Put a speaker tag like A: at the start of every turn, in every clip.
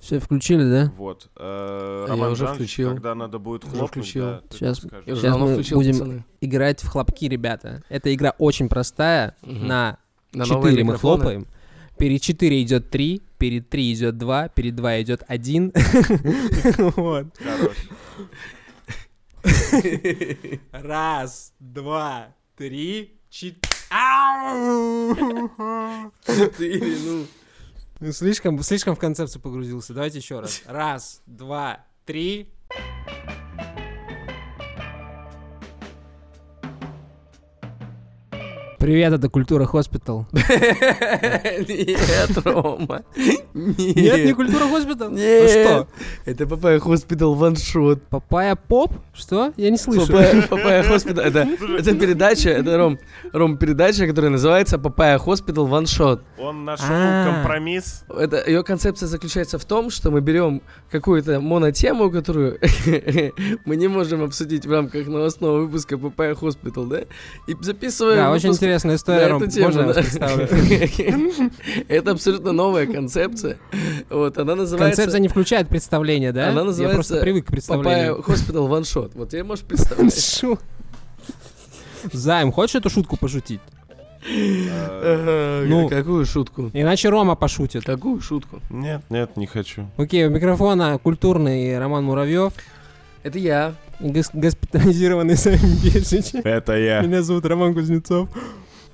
A: Все включили, да?
B: Вот. Э,
A: Я
B: Роман
A: уже
B: Жанч,
A: включил.
B: когда надо будет
A: Уже
B: хлопнуть,
A: включил.
B: да, ты
A: Щас-
B: скажешь.
A: Я уже давно
C: мы
A: включил,
C: будем
A: пацаны. Играть в хлопки, ребята. Эта игра очень простая.
C: Мгм.
A: На
C: на
A: 4
C: новые
A: мы
C: микрофоны.
A: хлопаем. Перед 4 идет 3, перед 3 идет 2, перед 2 идет 1. Вот.
B: Хорош.
A: Раз, два, три, четыре. Ау!
C: Четыре, ну.
A: Ну, Слишком, слишком в концепцию погрузился. Давайте еще раз. Раз, два, три. Привет, это Культура Хоспитал.
C: Нет, Рома.
A: Нет, не
C: Нет.
A: Культура Хоспитал?
C: Нет.
A: Что?
C: Это Папая Хоспитал ваншот.
A: Папая Поп? Что? Я не слышу.
C: Папая Папая Хоспитал. Это это передача, это, Ром, Ром, передача, которая называется Папая Хоспитал ваншот.
B: Он нашел
A: А.
B: компромисс.
C: Это, ее концепция заключается в том, что мы берем какую-то монотему, которую мы не можем обсудить в рамках новостного выпуска Папая Хоспитал, да? И записываем
A: Да, очень
C: выпуск
A: интересная история,
C: на
A: Ром.
C: эту тему,
A: Можно я вас
C: да.
A: представлю?
C: Это абсолютно новая концепция. Вот, она называется...
A: Концепция не включает представление, да?
C: Она
A: Я просто
C: называется
A: привык к
C: Папая
A: представлению.
C: Хоспитал ваншот. Вот тебе можешь представлять.
A: Шу. Займ, хочешь эту шутку пошутить?
B: А, Э,
A: Ну.
C: какую шутку?
A: Иначе Рома пошутит.
C: Какую шутку?
B: Нет, нет, не хочу.
A: Окей, у микрофона культурный Роман Муравьев,
C: Это я.
A: гос- госпитализированный Сами Бежич.
B: Это я.
A: Меня зовут Роман Кузнецов.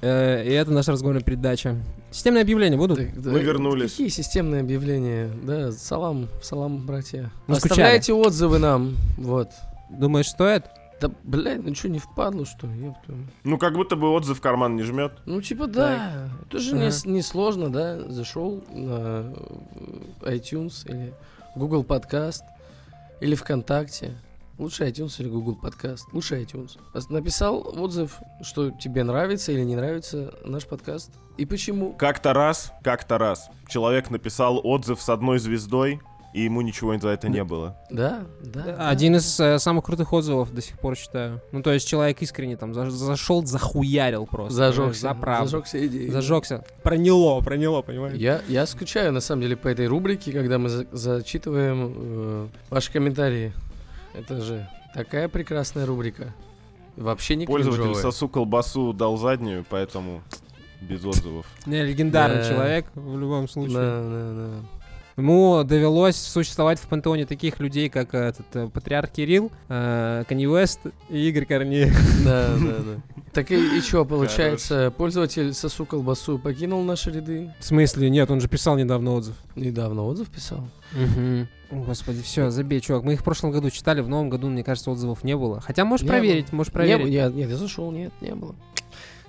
A: Э, И это наша разговорная передача. Системные объявления будут?
B: Мы вернулись.
C: Какие системные объявления? Да, салам, салам, братья.
A: Мы Ну, скучали.
C: Оставляйте отзывы нам, вот.
A: Думаешь, стоит?
C: Да, блядь, ну что, не впадло, что ли? Ёб твою мать.
B: Ну, как будто бы отзыв в карман не жмет.
C: Ну, типа, да. Это же не,
A: Ага.
C: с- не сложно, да? Зашел на э, iTunes или Google Подкаст или ВКонтакте. Лучше iTunes или Google Подкаст. Лучше iTunes. Ос- Написал отзыв, что тебе нравится или не нравится наш подкаст. И почему.
B: Как-то раз, как-то раз человек написал отзыв с одной звездой, и ему ничего за это не было.
C: Да, да. да.
A: Один из э, самых крутых отзывов до сих пор считаю. Ну, то есть человек искренне там заш- зашел, захуярил просто.
C: Зажегся.
A: За правду.
C: Зажегся идеей.
A: Зажегся. Проняло, проняло, понимаешь?
C: Я, я скучаю, на самом деле, по этой рубрике, когда мы за- зачитываем э, ваши комментарии. Это же такая прекрасная рубрика. Вообще не
B: Пользователь
C: кринжовая.
B: сосу колбасу дал заднюю, поэтому без отзывов.
A: Не, легендарный
C: Да.
A: человек в любом случае.
C: Да, да, да.
A: Ему довелось существовать в пантеоне таких людей, как э, этот э, патриарх Кирилл, э, Канье Уэст и Игорь Корнеев.
C: Да, да, да. Так и, что, получается, пользователь сосу колбасу покинул наши ряды.
A: В смысле? Нет, он же писал недавно отзыв.
C: Недавно отзыв писал.
A: Господи, все, забей, чувак. Мы их в прошлом году читали, в новом году, мне кажется, отзывов не было. Хотя можешь
C: Не
A: проверить, можешь
C: Не
A: проверить.
C: было- я- нет, я зашел, нет, не было.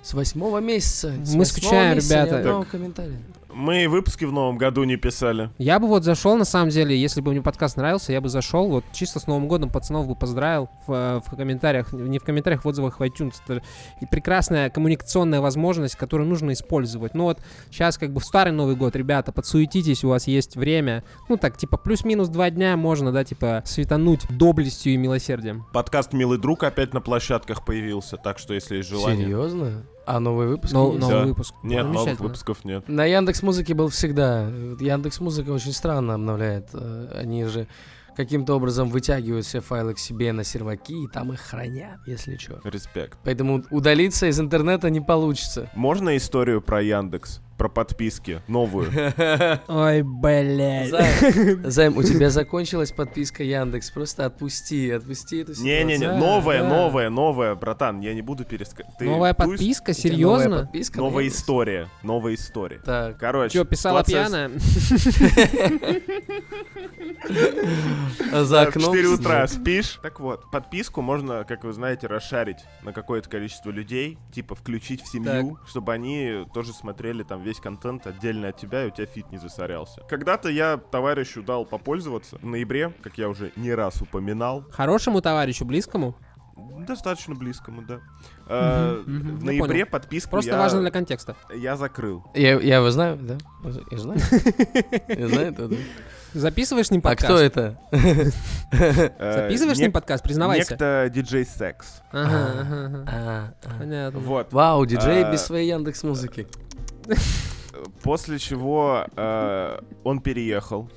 C: С восьмого месяца. с
A: Мы
C: восьмого
A: скучаем,
C: месяца ни
A: ребята.
C: одного комментария.
B: Мы и выпуски в новом году не писали.
A: Я бы вот зашел, на самом деле, если бы мне подкаст нравился, я бы зашел, вот чисто с Новым годом пацанов бы поздравил в, э, в комментариях, не в комментариях, в отзывах в iTunes. Это и прекрасная коммуникационная возможность, которую нужно использовать. Ну вот сейчас как бы в старый Новый год, ребята, подсуетитесь, у вас есть время. Ну так, типа плюс-минус два дня можно, да, типа светануть доблестью и милосердием.
B: Подкаст «Милый друг» опять на площадках появился, так что если есть желание...
C: Серьезно? А новый выпуск?
A: Но-
C: есть?
A: новый
B: Да.
A: выпуск.
B: Нет, новых
A: Ну, Замечательно.
B: выпусков нет.
C: На Яндекс Музыке был всегда. Яндекс Музыка очень странно обновляет. Э, Они же каким-то образом вытягивают все файлы к себе на серваки и там их хранят, если что.
B: Респект.
C: Поэтому удалиться из интернета не получится.
B: Можно историю про Яндекс? Про подписки? Новую?
A: Ой, блядь.
C: Займ, Займ, у тебя закончилась подписка Яндекс. Просто отпусти, отпусти эту ситуацию.
B: Не-не-не,
A: Да,
B: новая,
A: да.
B: новая, новая, братан, я не буду пересказывать.
A: Новая подписка, серьезно?
C: подписка. на
B: Новая
C: Яндекс?
B: история, новая история.
C: Так.
B: Короче,
A: Че, писала
B: процесс-
A: пьяная?
C: а За
B: Да, В
C: окном...
B: 4 утра спишь. Так вот, подписку можно, как вы знаете, расшарить на какое-то количество людей, типа включить в семью, чтобы они тоже смотрели там весь контент отдельно от тебя, и у тебя фит не засорялся. Когда-то я товарищу дал попользоваться в ноябре, как я уже не раз упоминал,
A: Хорошему товарищу, близкому?
B: достаточно близкому, да. Э,
A: мгм, я
B: В ноябре подписку
A: Просто
B: я-
A: важно для контекста.
B: я закрыл.
C: Я, я его знаю, да? Я знаю. Я знаю это, да.
A: Записываешь с ним
C: А
A: подкаст?
C: кто это?
B: Э,
A: Записываешь с
B: нек-
A: ним подкаст, признавайся.
B: Некто диджей секс.
A: Ага, ага, ага.
C: А, а.
A: Понятно.
B: Вот.
C: Вау, диджей
B: А,
C: без своей Яндекс Музыки.
B: После чего э, он переехал.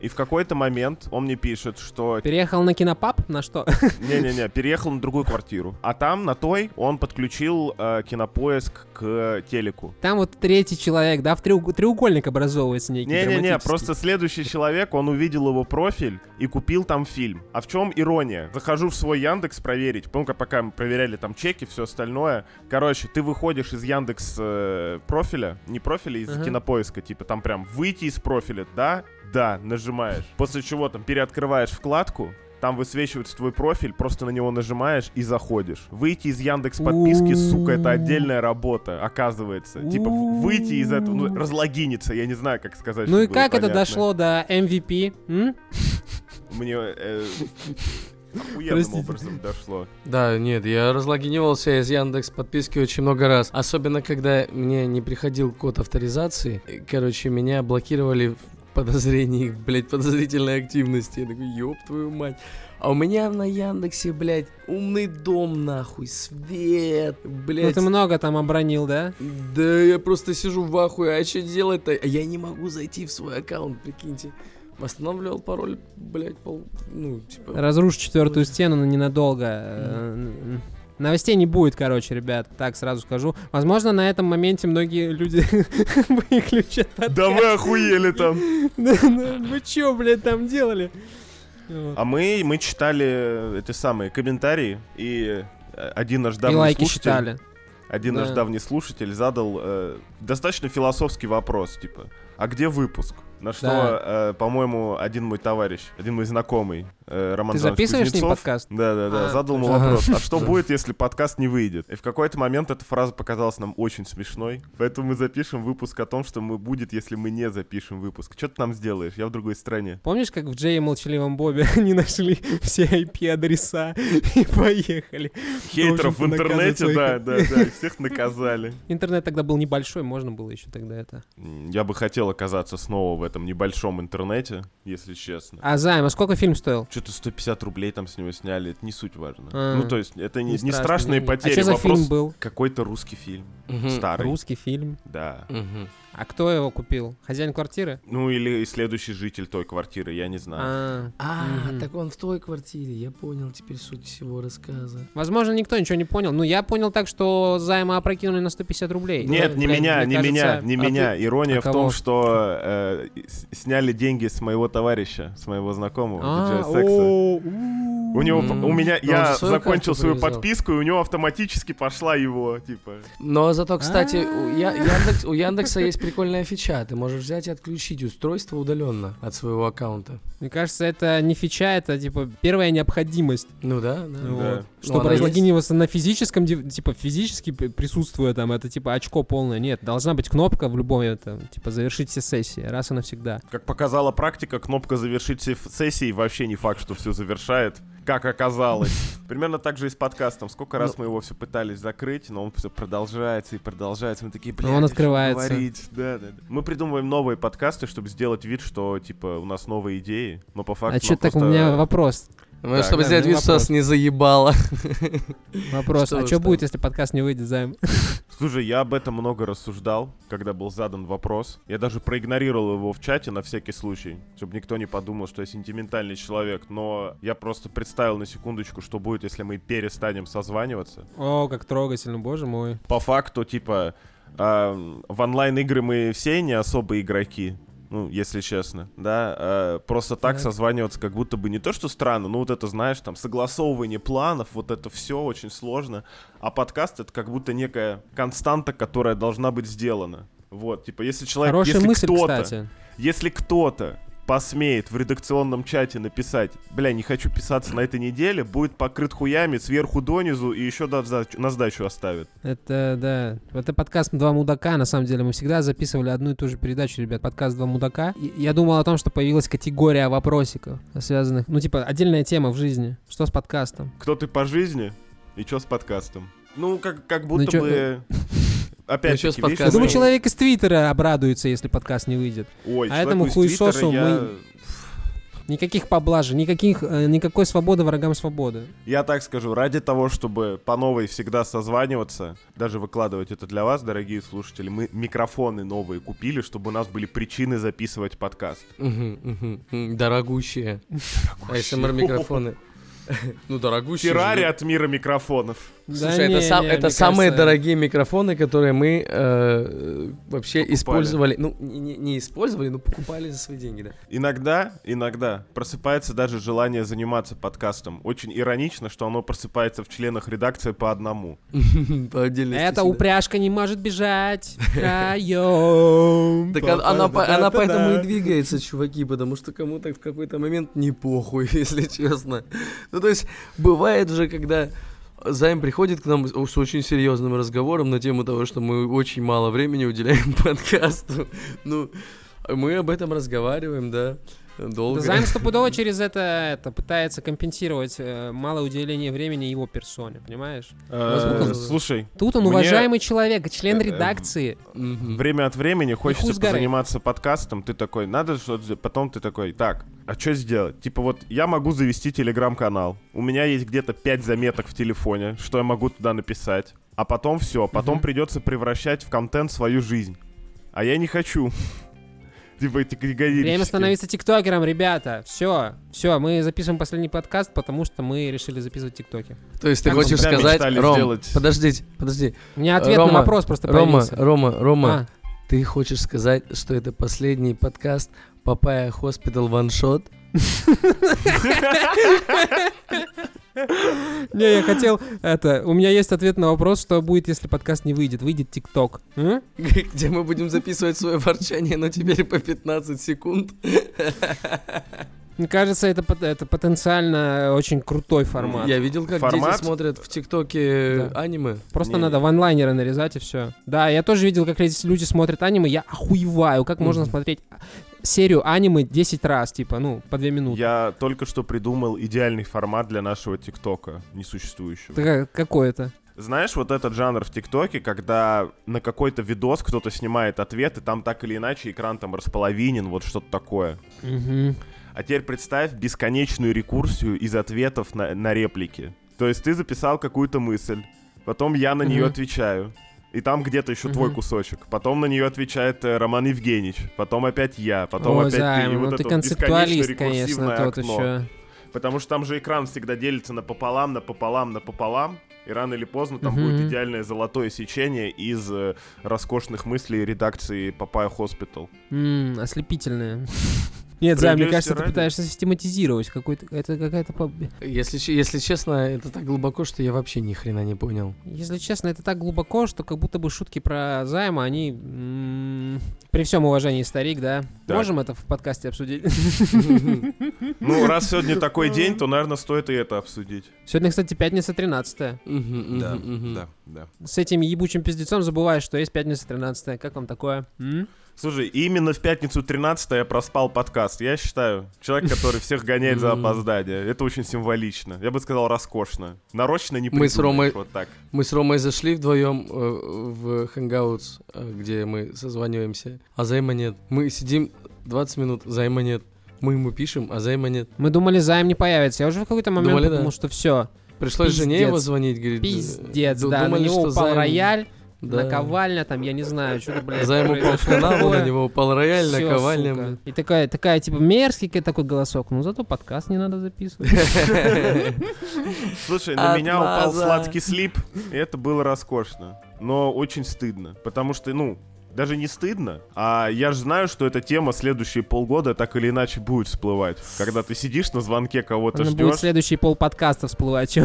B: И в какой-то момент он мне пишет, что
A: Переехал на кинопаб? На что?
B: не-не-не, переехал на другую квартиру. А там, на той, он подключил э, кинопоиск к телеку.
A: Там вот третий человек, да, в треуг- треугольник образовывается некий
B: Не-не-не,
A: драматический.
B: просто следующий человек, он увидел его профиль и купил там фильм. А в чем ирония? Захожу в свой Яндекс проверить. Помню, пока мы проверяли там чеки, все остальное. Короче, ты выходишь из Яндекс э, профиля, не профиля, из
A: Ага.
B: кинопоиска, типа там прям выйти из профиля, да? Да, нажимаешь. После чего там переоткрываешь вкладку, там высвечивается твой профиль, просто на него нажимаешь и заходишь. Выйти из Яндекс подписки, сука, это отдельная работа, оказывается. Типа в- выйти из этого, ну, разлогиниться, я не знаю, как сказать.
A: Ну и
B: чтобы было
A: как это
B: понятно.
A: дошло до MVP? м? Ну,
B: Мне э, охуенным
A: Простите.
B: образом дошло.
C: Да, нет, я разлогинивался из Яндекс подписки очень много раз. Особенно, когда мне не приходил код авторизации. И, Короче, меня блокировали в подозрении, блядь, подозрительной активности. Я такой, ёб твою мать. А у меня на Яндексе, блядь, умный дом, нахуй, свет,
A: Ну
C: блядь.
A: ты много там обронил, да?
C: Да, я просто сижу в ахуе, а что делать-то? А Я не могу зайти в свой аккаунт, прикиньте. Восстанавливал пароль, блядь, пол... Ну, типа...
A: Разрушь четвертую
C: Ой.
A: стену, но ненадолго. Э, м. Новостей не будет, короче, ребят, так сразу скажу. Возможно, на этом моменте многие люди выключат.
B: Да вы охуели там.
A: Да, ну, Вы чё, блядь, там делали? Вот.
B: А мы, мы читали э, эти самые комментарии, и э, один наш
A: И
B: давний
A: лайки
B: слушатель,
A: читали.
B: один
A: Да.
B: наш давний слушатель задал э, достаточно философский вопрос, типа, а где выпуск? На что, э, по-моему, один мой товарищ, один мой знакомый, э, Роман
A: Ты
B: Жанович
A: записываешь с ним
B: Кузнецов,
A: подкаст?
B: Да, да, да.
A: А,
B: задал ему
A: точно.
B: вопрос: а что
C: Да.
B: будет, если подкаст не выйдет? И в какой-то момент эта фраза показалась нам очень смешной. Поэтому мы запишем выпуск о том, что мы будет, если мы не запишем выпуск. Что ты нам сделаешь? Я в другой стране.
A: Помнишь, как в Джей и Молчаливом Бобе они нашли все IP-адреса и поехали?
B: Хейтеров в
A: общем-то, наказывать
B: интернете,
A: своих-
B: да, да, да. и Всех наказали.
A: Интернет тогда был небольшой, можно было еще тогда это.
B: М, Я бы хотел оказаться снова в этом небольшом интернете, если честно.
A: А займ, а сколько фильм стоил?
B: Что-то 150 рублей там с него сняли, это не суть важно.
A: А,
B: ну, то есть, это не, не
A: страшно,
B: страшные
A: не-
B: потери,
A: А что за
B: вопрос...
A: фильм был?
B: Какой-то русский фильм.
C: Мгм.
B: Старый.
A: Русский фильм.
B: Да.
C: Мгм.
A: А кто его купил? Хозяин квартиры?
B: Ну, или следующий житель той квартиры, я не знаю.
A: А,
C: А,
A: Мгм.
C: так он в той квартире, я понял теперь суть всего рассказа.
A: возможно, никто ничего не понял. Ну, я понял так, что займа опрокинули на 150 рублей.
B: Нет, не
A: А, ну, Блядь,
B: меня,
A: мне
B: не
A: кажется,
B: меня, не
A: а
B: меня.
A: ты-
B: Ирония
A: а
B: в том,
A: кого?
B: что э, с- сняли деньги с моего товарища, с моего знакомого,
A: А,
B: диджея секса.
A: о, у.
B: У него,
C: М.
B: у меня,
C: Но он
B: я
C: же свою
B: закончил
C: карту
B: свою
C: привязал.
B: подписку, и у него автоматически пошла его, типа.
C: Но зато, кстати, у, Я- Яндекс- у Яндекса есть прикольная фича. Ты можешь взять и отключить устройство удаленно от своего аккаунта.
A: Мне кажется, это не фича, это типа первая необходимость.
C: Ну да, да.
A: Вот.
B: Да.
C: Ну,
A: Чтобы
C: она есть.
A: разлогиниваться на физическом, ди- типа физически п- присутствуя там, это типа очко полное. Нет, должна быть кнопка в любом этом, типа завершить все сессии, раз и навсегда.
B: Как показала практика, кнопка «Завершить сев- сессии» вообще не факт, что все завершает. Как оказалось. Примерно так же и с подкастом.
A: Ну
B: Сколько раз мы его все пытались закрыть, но он все продолжается и продолжается. Мы такие, блин,
A: он открывается».
B: Да, да, да». Мы придумываем новые подкасты, чтобы сделать вид, что, типа, у нас новые идеи. Но по факту
A: а
B: нам
A: что так у
B: просто-
A: меня вопрос?
C: Ну,
B: Так,
C: чтобы
A: да,
C: сделать
A: ну,
C: вид, что
A: вопрос.
C: нас не заебало.
A: Вопрос.
C: Что
A: а
C: вы,
A: что
C: что
A: будет, если подкаст не выйдет займ?
B: Слушай, я об этом много рассуждал, когда был задан вопрос. Я даже проигнорировал его в чате на всякий случай, чтобы никто не подумал, что я сентиментальный человек. Но я просто представил на секундочку, что будет, если мы перестанем созваниваться.
A: О, как трогательно, боже мой.
B: По факту, типа, эм, в онлайн-игры мы все не особо игроки. Ну, если честно, да, э, просто так,
A: Так.
B: созваниваться как будто бы не то, что странно, ну вот это, знаешь, там, согласовывание планов, вот это все очень сложно, а подкаст — это как будто некая константа, которая должна быть сделана. Вот, типа, если человек,
A: Хорошая
B: если
A: мысль,
B: кто-то,
A: кстати.
B: если кто-то посмеет в редакционном чате написать, бля, не хочу писаться на этой неделе, будет покрыт хуями сверху донизу и еще на сда- на сдачу оставит.
A: Это, да. Это подкаст «Два мудака», на самом деле. Мы всегда записывали одну и ту же передачу, ребят. Подкаст «Два мудака». И я думал о том, что появилась категория вопросиков, связанных... Ну, типа, отдельная тема в жизни. Что с подкастом?
B: кто ты по жизни и что с подкастом. Ну, как, как будто
A: чё-
B: бы...
C: Ну,
B: Опять
C: чё с
B: таки, видишь,
A: Я думаю,
C: Разные.
A: человек из Твиттера обрадуется, если подкаст не выйдет.
B: Ой,
A: а
B: человеку
A: этому
B: из Твиттера
A: хуесосу
B: я-
A: мы- Никаких поблажек, никаких, э, никакой свободы врагам свободы.
B: Я так скажу, ради того, чтобы по новой всегда созваниваться, даже выкладывать это для вас, дорогие слушатели, мы микрофоны новые купили, чтобы у нас были причины записывать подкаст.
C: Мгм, А мгм. Дорогущие. АСМР микрофоны. Ну, дорогущие. же,
B: Феррари
C: ну.
B: от мира микрофонов.
A: Да
C: Слушай, это,
A: не,
C: сам-
A: не,
C: это
A: мне
C: самые
A: кажется,
C: дорогие микрофоны, которые мы э, вообще использовали. Ну, не, не- не использовали, но покупали за свои деньги, да.
B: Иногда, иногда просыпается даже желание заниматься подкастом. Очень иронично, что оно просыпается в членах редакции по одному.
C: По отдельности.
A: Эта
C: да.
A: упряжка не может бежать. Краем.
C: Так она, она по- она поэтому и
B: Да-да-да.
C: двигается, чуваки, потому что кому-то в какой-то момент не похуй, если честно. Ну, то есть, бывает же, когда Займ приходит к нам с очень серьезным разговором на тему того, что мы очень мало времени уделяем подкасту. Ну, мы об этом разговариваем, да, долго.
A: Займ стопудово через это, это пытается компенсировать э, малое уделение времени его персоне, понимаешь?
B: Э,
C: Возможно.
B: Слушай,
A: Тут он
B: Мне-
A: уважаемый человек, член
B: Э, э,
A: редакции.
C: Мгм.
B: время от времени
A: хуй
B: хочется
A: с горы.
B: заниматься подкастом, ты такой, надо что-то, сделать». потом ты такой, так, а что сделать? Типа вот я могу завести телеграм-канал, у меня есть где-то 5 заметок в телефоне, что я могу туда написать, а потом все, потом
A: Мгм.
B: придется превращать в контент свою жизнь, а я не хочу. Типа эти категорически.
A: Время становиться тиктокером, ребята. Все, все, мы записываем последний подкаст, потому что мы решили записывать тиктоки.
C: То есть ты
A: Там
C: хочешь
B: всегда
C: сказать,
B: мечтали
C: Ром,
B: сделать-
C: подождите, подожди,
A: У меня ответ на
C: Рома,
A: вопрос просто
C: Рома,
A: появился.
C: Рома, Рома,
A: А,
C: Ты хочешь сказать, что это последний подкаст Папая Хоспитал Ваншот?
A: Не, я хотел, это, у меня есть ответ на вопрос, что будет, если подкаст не выйдет. Выйдет тикток. М?
C: Где мы будем записывать свое ворчание, но теперь по 15 секунд.
A: Мне кажется, это, пот- это потенциально очень крутой формат.
C: Я видел, как
B: Формат?
C: дети смотрят в ТикТоке э,
A: Да.
C: аниме.
A: Просто
B: Не,
A: надо
B: не.
A: ванлайнеры нарезать и все. Да, я тоже видел, как люди люди смотрят аниме, я охуеваю, как можно
C: Мгм.
A: смотреть а, серию аниме 10 раз, типа, ну, по 2 минуты.
B: Я только что придумал идеальный формат для нашего ТикТока, несуществующего.
A: Это как- какое это?
B: Знаешь, вот этот жанр в ТикТоке, когда на какой-то видос кто-то снимает ответ, и там так или иначе экран там располовинен, вот что-то такое.
A: Мгм.
B: А теперь представь бесконечную рекурсию из ответов на, на реплики. То есть ты записал какую-то мысль, потом я на нее
A: Мгм.
B: отвечаю. И там где-то еще
A: Мгм.
B: твой кусочек. Потом на нее отвечает э, Роман Евгеньевич. Потом опять я. Потом
A: Ой,
B: опять ты.
A: Займ,
B: И вот
A: ну
B: это
A: ты
B: вот
A: концептуалист,
B: бесконечно-рекурсивное
A: конечно, тот
B: окно.
A: еще.
B: Потому что там же экран всегда делится на пополам, на пополам, на пополам. И рано или поздно там
A: Мгм.
B: будет идеальное золотое сечение из э, роскошных мыслей редакции Папая Хоспитал.
A: М, ослепительное. Нет, Займ, мне
B: Справедливости
A: кажется, ты
B: ради.
A: пытаешься систематизировать какой-то... Это какая-то... по-
C: Если, че- если честно, это так глубоко, что я вообще ни хрена не понял.
A: Если честно, это так глубоко, что как будто бы шутки про Займа, они... м, При всем уважении, старик, да?
B: Так.
A: Можем это в подкасте обсудить?
B: Ну, раз сегодня такой день, то, наверное, стоит и это обсудить.
A: Сегодня, кстати, пятница 13
C: Мгм, мгм, мгм.
B: да.
A: С этим ебучим пиздецом забываешь, что есть пятница 13 Как вам такое? м?
B: Слушай, именно в пятницу 13 я проспал подкаст. Я считаю, человек, который всех гоняет за
C: Мгм.
B: опоздание. Это очень символично. Я бы сказал, роскошно. Нарочно не
C: Мы с Ромой-
B: придумаешь, Вот так.
C: Мы с Ромой зашли вдвоем э, в Hangouts, э, где мы созваниваемся, а займа нет. Мы сидим 20 минут, займа нет. Мы ему пишем, а займа нет.
A: Мы думали, Займ не появится. Я уже в какой-то момент
C: Думали, да.
A: подумал, что все.
C: Пришлось жене
A: Пиздец.
C: его звонить, говорит. э,
A: Пиздец,
C: ду-
A: да.
C: думали,
A: на него
C: что
A: упал
C: займ-
A: рояль,
C: Да.
A: наковальня, там, я не знаю, что-то, блядь.
C: Займ упал в канаву, на него упал рояль,
A: Всё,
C: наковальня.
A: сука.
C: блин.
A: И такая, такая, типа, мерзкий ка- такой голосок. Ну, зато подкаст не надо записывать.
B: Слушай, на
C: От
B: меня упал
C: лаза.
B: сладкий слип, и это было роскошно. Но очень стыдно, потому что, ну, даже не стыдно, а я же знаю, что эта тема следующие полгода так или иначе будет всплывать. Когда ты сидишь на звонке кого-то,
A: Она будет
B: ждешь.
A: следующий пол подкаста всплывать. чё.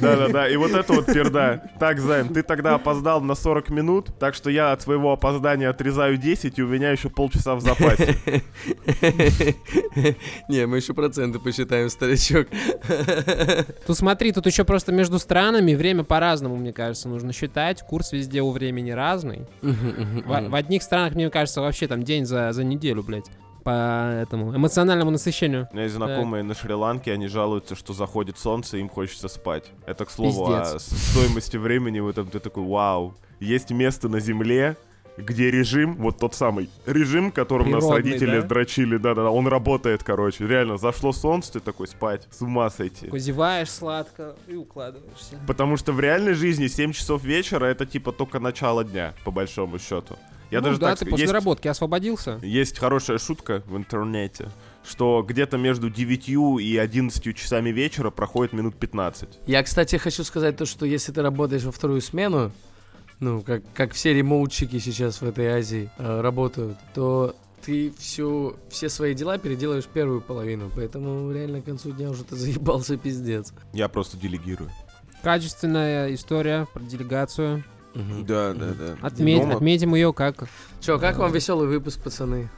B: Да-да-да, и вот это вот перда. Так, Займ, ты тогда опоздал на 40 минут, так что я от своего опоздания отрезаю 10, и у меня еще полчаса в запасе.
C: Не, мы еще проценты посчитаем, старичок.
A: Тут смотри, тут еще просто между странами время по-разному, мне кажется, нужно считать. Курс везде у времени разный. В, в одних странах, мне кажется, вообще там день за, за неделю, блядь. По этому эмоциональному насыщению.
B: У меня есть знакомые на Шри-Ланке, они жалуются, что заходит солнце, и им хочется спать. Это, к слову, о
A: Пиздец.
B: с- стоимости времени, вот там ты такой, вау, есть место на земле, где режим, вот тот самый режим, которым нас
A: Природный,
B: родители
A: да?
B: дрочили, да-да-да, он работает, короче. Реально, зашло солнце, ты такой спать, с ума сойти.
A: Такой зеваешь сладко и укладываешься.
B: Потому что в реальной жизни 7 часов вечера это типа только начало дня, по большому счету. Я
A: Ну
B: даже
A: да,
B: так
A: ты
B: ск-
A: после
B: есть-
A: работки освободился.
B: Есть хорошая шутка в интернете, что где-то между 9 и 11 часами вечера проходит минут 15.
C: Я, кстати, хочу сказать то, что если ты работаешь во вторую смену, ну, как, как все ремоутчики сейчас в этой Азии э, работают, то ты всю, все свои дела переделаешь первую половину, поэтому реально к концу дня уже ты заебался пиздец.
B: Я просто делегирую.
A: Качественная история про делегацию.
B: Да, да, да. Ну,
A: Отметь-
B: Дома.
A: отметим ее как
C: Че, как вам веселый выпуск, пацаны?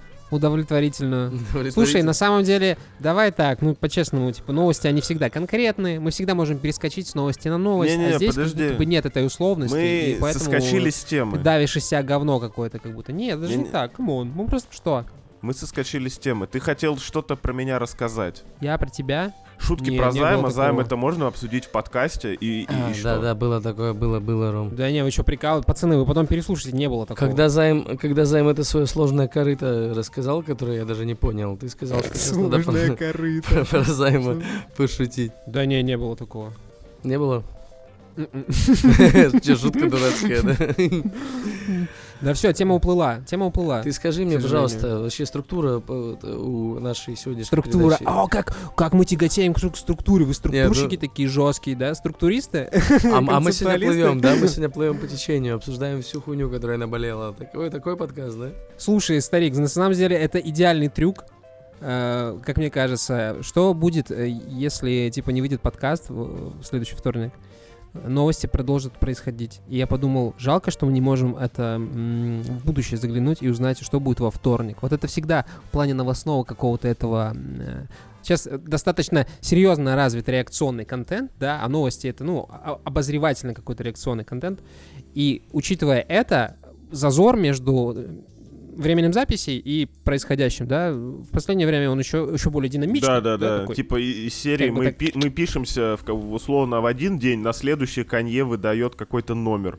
A: удовлетворительную. Слушай, на самом деле, давай так, ну, по-честному, типа, новости, они всегда конкретные, мы всегда можем перескочить с новости на новость,
B: Не-не-не,
A: а здесь как
B: подожди.
A: будто бы нет этой условности,
B: Мы
A: и поэтому
B: соскочили с
A: ты
B: темы.
A: давишь из себя говно какое-то как будто. Нет, даже не
B: Не-не.
A: так, камон, мы просто что?
B: Мы соскочили с темы. Ты хотел что-то про меня рассказать.
A: Я про тебя?
B: Шутки
A: Не,
B: про
A: не было
B: займ, а займ
A: такого. А,
B: это можно обсудить в подкасте и, и- и
C: А, да,
B: что?
C: да, было такое, было, было, Ром.
A: Да не, вы что, прикалываете? Пацаны, вы потом переслушайте, не было такого.
C: Когда займ, когда займ это свое сложное корыто рассказал, которое я даже не понял, ты сказал, что сейчас надо про- про про займа пошутить.
A: Да не, не было такого.
C: Не было?
A: М-м.
C: Че, шутка дурацкая, да?
A: Да все, тема уплыла, тема уплыла.
C: Ты скажи мне,
A: сожалению.
C: пожалуйста, вообще структура по- вот, у нашей сегодняшней
A: Структура.
C: передачи.
A: О, как, как мы тяготеем к структуре. Вы структурщики
C: ну-
A: такие жесткие, да? Структуристы?
C: А, м- а мы сегодня
A: концептуалисты.
C: плывем, да, мы сегодня плывем по течению, обсуждаем всю хуйню, которая наболела. Такой, такой подкаст, да?
A: Слушай, старик, на самом деле это идеальный трюк, э, как мне кажется. Что будет, э, если, типа, не выйдет подкаст в в следующий вторник? Новости продолжат происходить. И я подумал, жалко, что мы не можем это м, в будущее заглянуть и узнать, что будет во вторник. Вот это всегда в плане новостного какого-то этого... м, э, Сейчас э, достаточно серьезно развит реакционный контент, да, а новости это, ну, о- обозревательный какой-то реакционный контент. И учитывая это, зазор между э, временем записи и происходящим, да, в последнее время он еще, еще более динамичный.
B: Да, да, да.
A: такой.
B: Типа и- из серии
A: Как бы
B: мы,
A: так-
B: пи- мы пишемся в ка- в условно в один день, на следующий Канье выдает какой-то номер.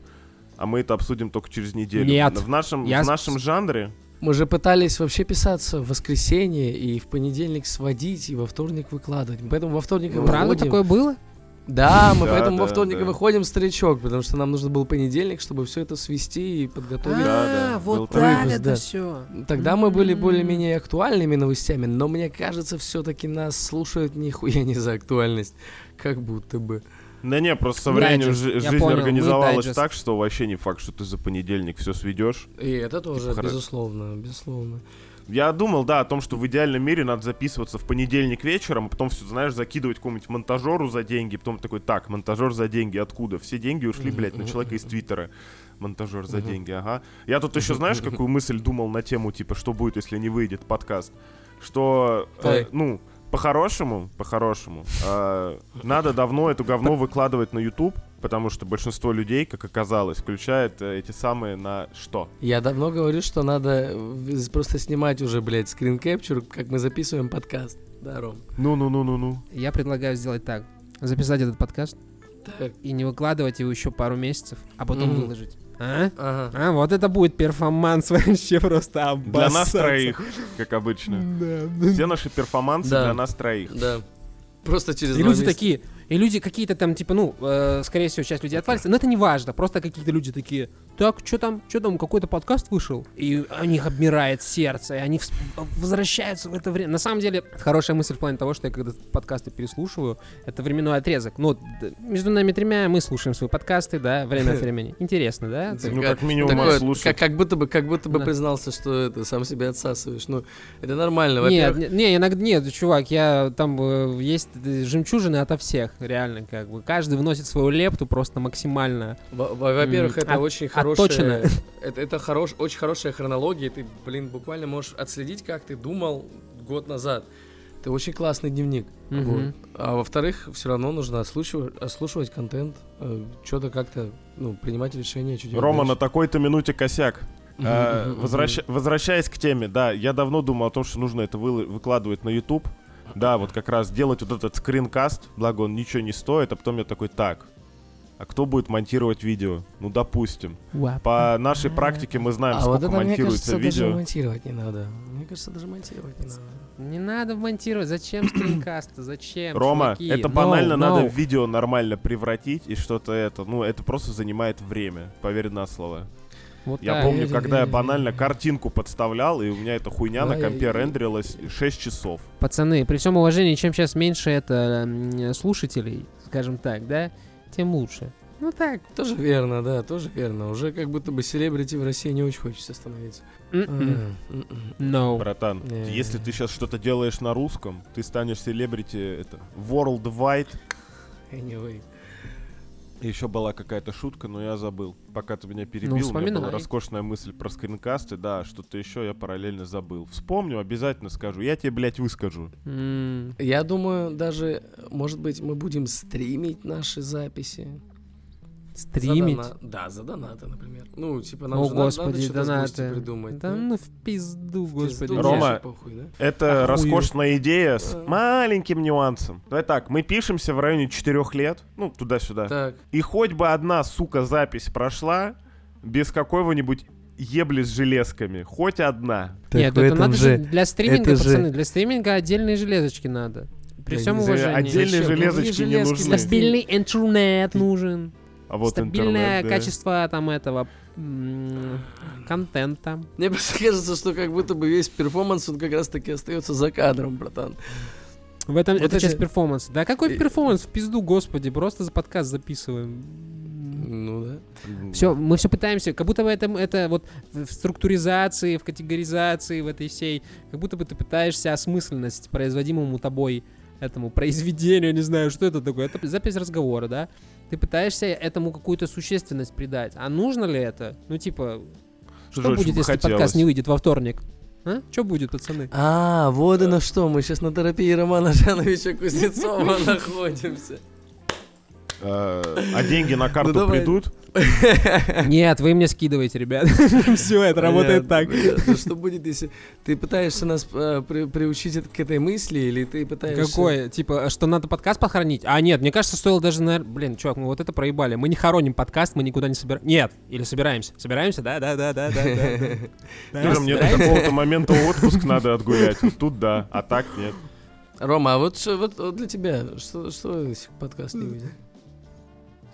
B: А мы это обсудим только через неделю.
A: Нет.
B: В нашем,
A: Я
B: в нашем жанре
C: Мы же пытались вообще писаться в воскресенье и в понедельник сводить, и во вторник выкладывать. Поэтому во вторник и
B: Ну,
A: Правда
C: выходим.
A: такое было?
C: Да, мы
B: Да,
C: поэтому во
B: да,
C: вторник и
B: да.
C: выходим, старичок, потому что нам нужно был понедельник, чтобы все это свести и подготовить.
B: да, был такой
C: выпуск, да.
A: все.
C: Тогда мы были
A: М.
C: более-менее актуальными новостями, но мне кажется, все-таки нас слушают нихуя не за актуальность, как будто бы.
B: Да не, просто со временем
A: Дайджест,
B: жи-
A: я
B: жизнь
A: понял, мы
B: организовалась
A: дайджест.
B: так, что вообще не факт, что ты за понедельник все сведешь.
C: И это тоже,
B: Типа, хоро-
C: безусловно, безусловно.
B: Я думал, да, о том, что в идеальном мире надо записываться в понедельник вечером, а потом все, знаешь, закидывать какому-нибудь монтажеру за деньги, потом такой, так, монтажер за деньги, откуда? Все деньги ушли,
C: Мгм,
B: блядь, на
C: мгм,
B: человека из Твиттера. Монтажер за
C: Мгм.
B: деньги, ага. Я тут еще,
C: Мгм,
B: знаешь,
C: мгм.
B: какую мысль думал на тему, типа, что будет, если не выйдет подкаст? Что, э,
C: Ой.
B: ну, по-хорошему, по-хорошему, э, надо давно эту говно выкладывать на YouTube, потому что большинство людей, как оказалось, включает э, эти самые на что?
C: Я давно говорю, что надо э, просто снимать уже, блядь, скринкэпчур, как мы записываем подкаст. Да, Ром. ну,
B: Ну-ну-ну-ну-ну.
A: Я предлагаю сделать так. Записать этот подкаст
C: Так,
A: и не выкладывать его еще пару месяцев, а потом
C: Мгм.
A: выложить. А?
C: ага.
A: А, вот это будет перформанс вообще просто
B: Для нас
A: обоссаться.
B: троих, как обычно.
A: Да.
B: Все наши перформансы
C: Да.
B: для нас троих.
C: Да. Просто через
A: И
C: два
A: люди
C: месяца.
A: такие, и люди какие-то там, типа, ну, э, скорее всего, часть людей отвалится, но это не важно, просто какие-то люди такие, так, что там, что там, какой-то подкаст вышел, и у них обмирает сердце, и они всп- возвращаются в это время. На самом деле, это хорошая мысль в плане того, что я когда подкасты переслушиваю, это временной отрезок. Ну, д- между нами тремя мы слушаем свои подкасты, да, время от времени. Интересно, да?
C: Да.
B: Ну,
C: Как-
B: как минимум,
C: Такое,
B: нас слушают.
C: как, как будто бы, как будто бы
A: Да.
C: признался, что это сам себя отсасываешь. Ну, это нормально,
A: Нет,
C: во-первых.
A: не, не, иногда нет, чувак, я там э, есть э, жемчужины ото всех, реально, как бы. Каждый вносит свою лепту просто максимально.
C: Во- во- Во-первых,
A: М,
C: это
A: от-
C: очень
A: отточено.
C: хорошая, это, это хорош, очень хорошая хронология. Ты, блин, буквально можешь отследить, как ты думал год назад. Ты очень классный дневник.
A: Мгм.
C: Вот. А во-вторых, все равно нужно отслушивать, отслушивать контент, что-то как-то, ну, принимать решение. чуть
B: Рома, на такой-то минуте косяк. Э, возвращ- Возвращаясь к теме, да, я давно думал о том, что нужно это выло- выкладывать на YouTube. Да, вот как раз делать вот этот скринкаст, благо он ничего не стоит, а потом я такой, так, А кто будет монтировать видео? Ну, допустим. По нашей практике мы знаем,
C: А вот
B: сколько
C: это, мне
B: монтируется
C: кажется, даже
B: видео.
C: монтировать не надо. Мне кажется, даже монтировать не надо.
A: Не надо монтировать. Зачем скринкасты? Зачем?
B: Рома,
A: чуваки?
B: это
A: No,
B: банально
A: no.
B: надо в видео нормально превратить и что-то это. Ну, это просто занимает время, поверь на слово.
A: Вот
B: Я
A: так.
B: помню,
C: верю,
B: когда я
C: верю,
B: банально
C: верю.
B: картинку подставлял, и у меня эта хуйня
C: Да,
B: на
C: я-
B: компе
C: я-
B: рендерилась 6 часов.
A: Пацаны, при всем уважении, чем сейчас меньше это м, слушателей, скажем так, да, тем лучше. Ну так.
C: Тоже верно, да, тоже верно. Уже как будто бы селебрити в России не очень хочется становиться.
A: м-м,
C: А, м-м.
A: No.
B: Братан, ты-
C: Не.
B: если ты сейчас что-то делаешь на русском, ты станешь селебрити это, worldwide.
C: Anyway.
B: Еще была какая-то шутка, но я забыл. Пока ты меня
C: Ну,
B: перебил, у меня
A: вспоминай.
B: была роскошная мысль про скринкасты, да, что-то еще я параллельно забыл. Вспомню, обязательно скажу. Я тебе, блядь, выскажу.
A: М,
C: Я думаю, даже, может быть, мы будем стримить наши записи.
A: Стримить.
C: За дона- Да, за донаты, например. Ну, типа, нам
A: О,
C: же надо,
A: господи,
C: надо что-то с Бусти
A: донаты.
C: придумать.
A: Да ну в пизду, господи.
C: Пизду,
B: Рома,
C: вообще похуй, да?
B: Это
A: Охуеть.
B: роскошная идея с
C: Да.
B: маленьким нюансом. Давай так, мы пишемся в районе 4 лет, ну, туда-сюда.
C: Так,
B: И хоть бы одна, сука, запись прошла без какого-нибудь ебли с железками. Хоть одна.
A: Нет, это надо же для стриминга,
D: это же-
A: пацаны, для стриминга отдельные железочки надо. При
C: Да
A: всем
C: не за-
A: уважении.
B: Отдельные
C: Зачем?
B: железочки
C: Нужны
B: не
C: железки,
B: нужны.
A: Стабильный интернет нужен.
B: А вот
A: Стабильное
B: интернет, да.
A: качество там этого м, контента.
C: мне просто кажется, что как будто бы весь перформанс, он как раз-таки остается за кадром, братан.
A: В этом
C: Вот
A: это
C: эти-
A: часть перформанса. Да какой
C: И-
A: перформанс? В пизду, господи, просто за подкаст записываем.
C: Ну да.
B: М.
A: Все, мы все пытаемся, как будто бы это, это вот в в структуризации, в категоризации, в этой всей, как будто бы ты пытаешься осмысленность производимому тобой этому произведению, не знаю, что это такое, это запись разговора, да? Ты пытаешься этому какую-то существенность придать. А нужно ли это? Ну, типа,
B: Что
A: что
B: же очень
A: будет,
B: бы
A: если подкаст не
B: хотелось.
A: выйдет во вторник? А? Что будет, пацаны?
C: А, вот оно что, мы сейчас на терапии Романа Жановича Кузнецова находимся.
B: Э, А деньги на карту
C: Ну, давай.
B: придут?
A: Нет, вы мне скидываете, ребят. Все, это работает так.
C: Понятно, понятно. Что будет, если ты пытаешься нас э, при- приучить это- к этой мысли, или ты пытаешься...
A: Какой? Типа, что надо подкаст похоронить? А, нет, мне кажется, стоило даже, наверное... Блин, чувак, мы вот это проебали. Мы не хороним подкаст, мы никуда не собираемся. Нет, или собираемся. Собираемся? Да, да, да, да, да, да. да.
B: Тоже мне до какого-то момента отпуск надо отгулять. Вот Тут да, а так нет.
C: Рома, а вот, что- вот, вот для тебя, что, что если подкаст не выйдет?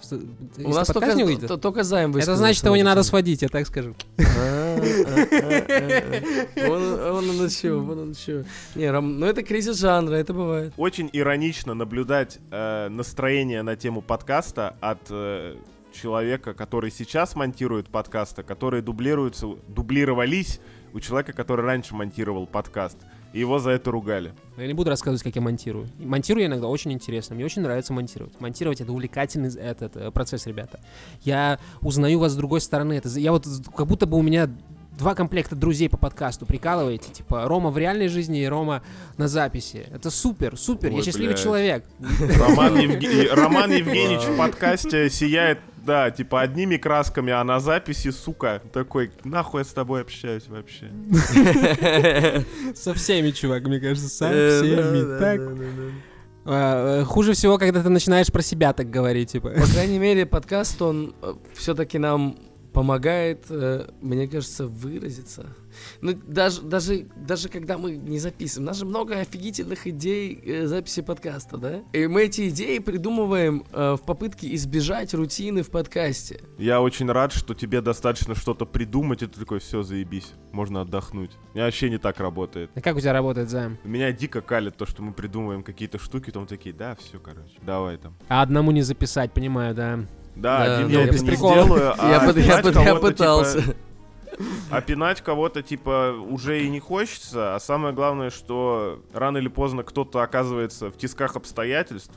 A: Что, если подкаст не выйдет?
C: то- только займ
A: Это
C: высказался
A: значит, его не
C: на
A: надо
C: эту тему.
A: сводить, я так скажу.
C: А, а, а, а. Вон вон оно чего, вон оно чего. Не, Ром, ну это кризис жанра, это бывает.
B: Очень иронично наблюдать э, настроение на тему подкаста от э, человека, который сейчас монтирует подкасты, которые дублируются, дублировались у человека, который раньше монтировал подкаст. И его за это ругали.
A: Но я не буду рассказывать, как я монтирую. И Монтирую я иногда очень интересно. Мне очень нравится монтировать. Монтировать это увлекательный з- этот э, процесс, ребята. Я узнаю вас с другой стороны. Это за- я вот з- как будто бы у меня два комплекта друзей по подкасту. Прикалываете, типа Рома в реальной жизни и Рома на записи. Это супер, супер. я
B: Ой,
A: счастливый
B: блядь.
A: человек.
B: Роман, Евге- и- Роман Евгеньевич в подкасте сияет, да, типа одними красками, а на записи, сука, такой, нахуй я с тобой общаюсь вообще.
A: Со всеми, чувак, мне кажется, со
C: Э,
A: всеми.
C: да, да,
A: Так.
C: да, да, да.
A: А, э, Хуже всего, когда ты начинаешь про себя так говорить, типа.
C: По крайней мере, подкаст, он все-таки нам помогает, э, мне кажется, выразиться. Ну, даже, даже, даже когда мы не записываем, у нас же много офигительных идей э, записи подкаста, да? И мы эти идеи придумываем э, в попытке избежать рутины в подкасте.
B: Я очень рад, что тебе достаточно что-то придумать, и ты такой, все, заебись, можно отдохнуть. У меня вообще не так работает.
A: А Как у тебя работает займ?
B: Меня дико калит то, что мы придумываем какие-то штуки, там такие, да, все, короче, давай там.
A: А одному не записать, понимаю, да.
B: Да,
C: Да,
B: один
C: ну,
B: я
C: без
B: это не
A: прикола.
B: сделаю, а
C: я, под- я
B: пинать
C: под- я
B: кого-то,
C: пытался.
B: типа, А пинать кого-то, типа, уже и не хочется, а самое главное, что рано или поздно кто-то оказывается в тисках обстоятельств,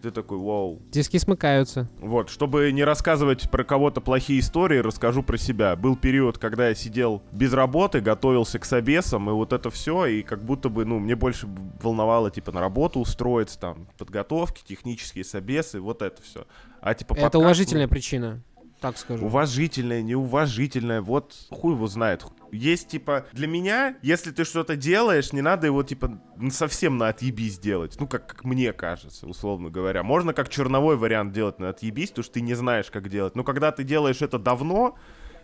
B: ты такой, вау.
A: Диски смыкаются.
B: Вот, чтобы не рассказывать про кого-то плохие истории, расскажу про себя. Был период, когда я сидел без работы, готовился к собесам, и вот это все, и как будто бы, ну, мне больше волновало, типа, на работу устроиться, там, подготовки, технические собесы, вот это все. А, типа, подкаст,
A: Это
B: ну,
A: уважительная причина. так скажу.
B: Уважительное, неуважительное, вот хуй его знает. Есть, типа, для меня, если ты что-то делаешь, не надо его, типа, н- совсем на отъебись делать. Ну, как, как мне кажется, условно говоря. Можно как черновой вариант делать на отъебись, потому что ты не знаешь, как делать. Но когда ты делаешь это давно,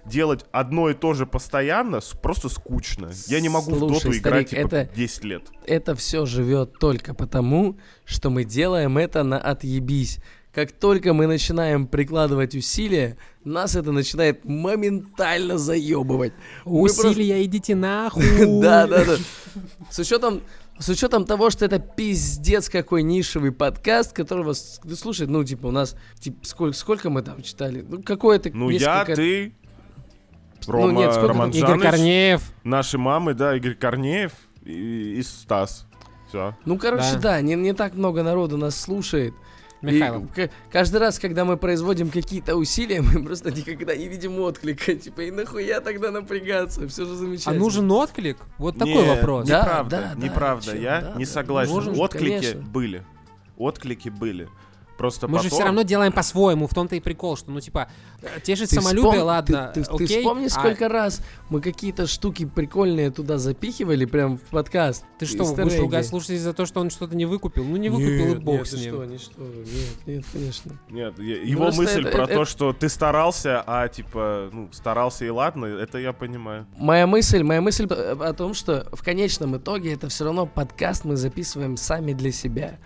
B: делать одно и то же постоянно с- просто скучно. Я не могу
C: Слушай,
B: в доту играть,
C: старик,
B: типа,
C: это-
B: 10 лет.
C: Это все живет только потому, что мы делаем это на отъебись. Как только мы начинаем прикладывать усилия, нас это начинает моментально заебывать. Мы просто-
A: Усилия, идите нахуй.
C: Да, да, да. С учетом с учетом того, что это пиздец какой нишевый подкаст, которого с- да слушай, ну типа у нас типа, сколько сколько мы там читали, ну какое-то
B: Ну, я,
C: несколько-
B: ты,
C: Ну,
B: Рома,
C: нет, сколько там-
B: Роман
A: Игорь
B: Жаныч,
A: Корнеев.
B: наши мамы, да, Игорь Корнеев и, и Стас. Все.
C: Ну короче,
A: Да.
C: да, не, не так много народу нас слушает. И
A: Михайлов.
C: к- каждый раз, когда мы производим какие-то усилия, мы просто никогда не видим отклика. Типа, и нахуя тогда напрягаться? Все же
A: А
C: замечательно.
A: нужен отклик? Вот такой
B: Не,
A: вопрос.
C: Да,
B: Неправда,
C: да, да,
B: неправда.
C: чё,
B: я
C: да,
B: не
C: да.
B: согласен.
A: Нужен,
B: Отклики
C: конечно.
B: были. Отклики были. Просто
A: Мы же
B: потом-
A: все равно делаем по-своему, в том-то и прикол, что, ну, типа, э, тешить
C: Ты
A: самолюбие,
C: вспом-
A: ладно,
C: Ты, ты- ты
A: окей,
C: вспомни,
A: а
C: сколько раз мы какие-то штуки прикольные туда запихивали, прям в подкаст.
A: Ты что, будешь
C: Эстереги.
A: ругать слушателей за то, что он что-то не выкупил? Ну, не выкупил,
C: Нет,
A: и бог
C: нет,
A: с
C: ты
A: ним.
C: что, не что, нет, нет, конечно.
B: Нет, я- его
C: Ну, просто
B: мысль
C: это-
B: про
C: это-
B: то, что ты старался, а типа, ну, старался и ладно, это я понимаю.
C: Моя мысль, моя мысль э, о том, что в конечном итоге это все равно подкаст мы записываем сами для себя.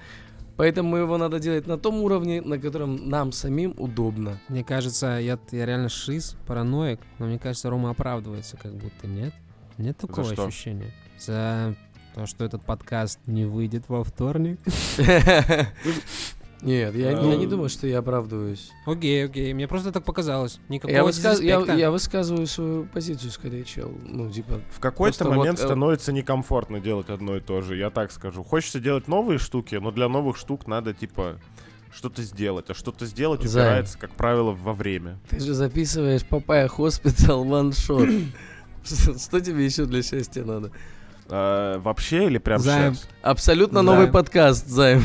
C: Поэтому его надо делать на том уровне, на котором нам самим удобно.
A: Мне кажется, я, я реально шиз, параноик, но мне кажется, Рома оправдывается как будто, нет? Нет такого
B: что?
A: ощущения? За то, что этот подкаст не выйдет во вторник.
C: Нет, я, я
B: Ну,
C: не думаю, что я оправдываюсь.
A: Окей, окей, мне просто так показалось. Никакого
C: Я, высказ- я,
A: дизреспекта.
C: я высказываю свою позицию скорее, чел. Ну, типа,
B: В какой-то
C: Просто вот,
B: момент
C: э,
B: становится некомфортно делать одно и то же, я так скажу. Хочется делать новые штуки, но для новых штук надо, типа, что-то сделать. А что-то сделать
C: Зай.
B: упирается, как правило, во время.
C: ты же записываешь Папая Хоспитал ваншот. Что что тебе еще для счастья надо?
B: А, вообще или прям
A: Займ.
B: сейчас?
C: Абсолютно
A: Да.
C: новый подкаст, Займ.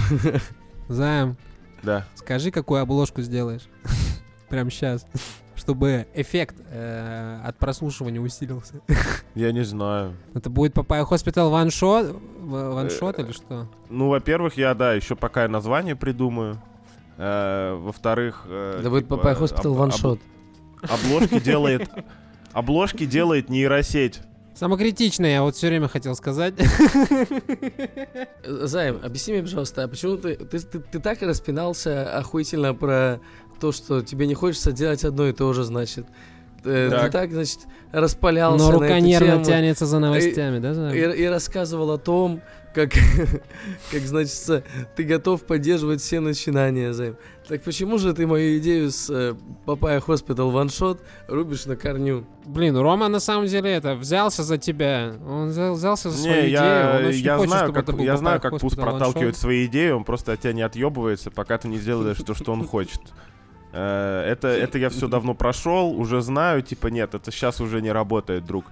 A: Займ,
B: Да.
A: скажи, какую обложку сделаешь. Прям сейчас. Чтобы эффект э, от прослушивания усилился.
B: Я не знаю.
A: Это будет Папая Хоспитал ваншот? в-
B: Э,
A: Ваншот или что?
B: Ну, во-первых, я, да, еще пока я название придумаю. Э, во-вторых... э,
C: Это будет
B: типа,
C: Папая Хоспитал
B: об-
C: ваншот.
B: об- обложки делает... Обложки делает нейросеть.
A: Самокритичное, я вот все время хотел сказать.
C: Э, Займ, объясни мне, пожалуйста, а почему ты, ты, ты, ты так распинался охуительно про то, что тебе не хочется делать одно и то же, значит. Э, Ты
B: Так.
C: так, значит, распалялся
A: Но
C: на
A: рука
C: эту
A: нервно
C: тему
A: тянется
B: Э,
A: за новостями, да? Зам?
C: и, и рассказывал о том, как, как значит, ты готов поддерживать все начинания, Займ. Так почему же ты мою идею с э, Папая Хоспитал ваншот рубишь на корню?
A: Блин, Рома на самом деле это взялся за тебя. Он взял- взялся за свою
B: Не, я,
A: идею. Он очень
B: я
A: хочет,
B: знаю,
A: чтобы
B: как,
A: это был
B: я
A: Папая
B: знаю, как Пус
A: Хоспитал
B: проталкивает свои идеи, он просто от тебя не отъебывается, пока ты не сделаешь то, что он хочет. Э, Это, это я все давно прошел, уже знаю, типа нет, это сейчас уже не работает, друг.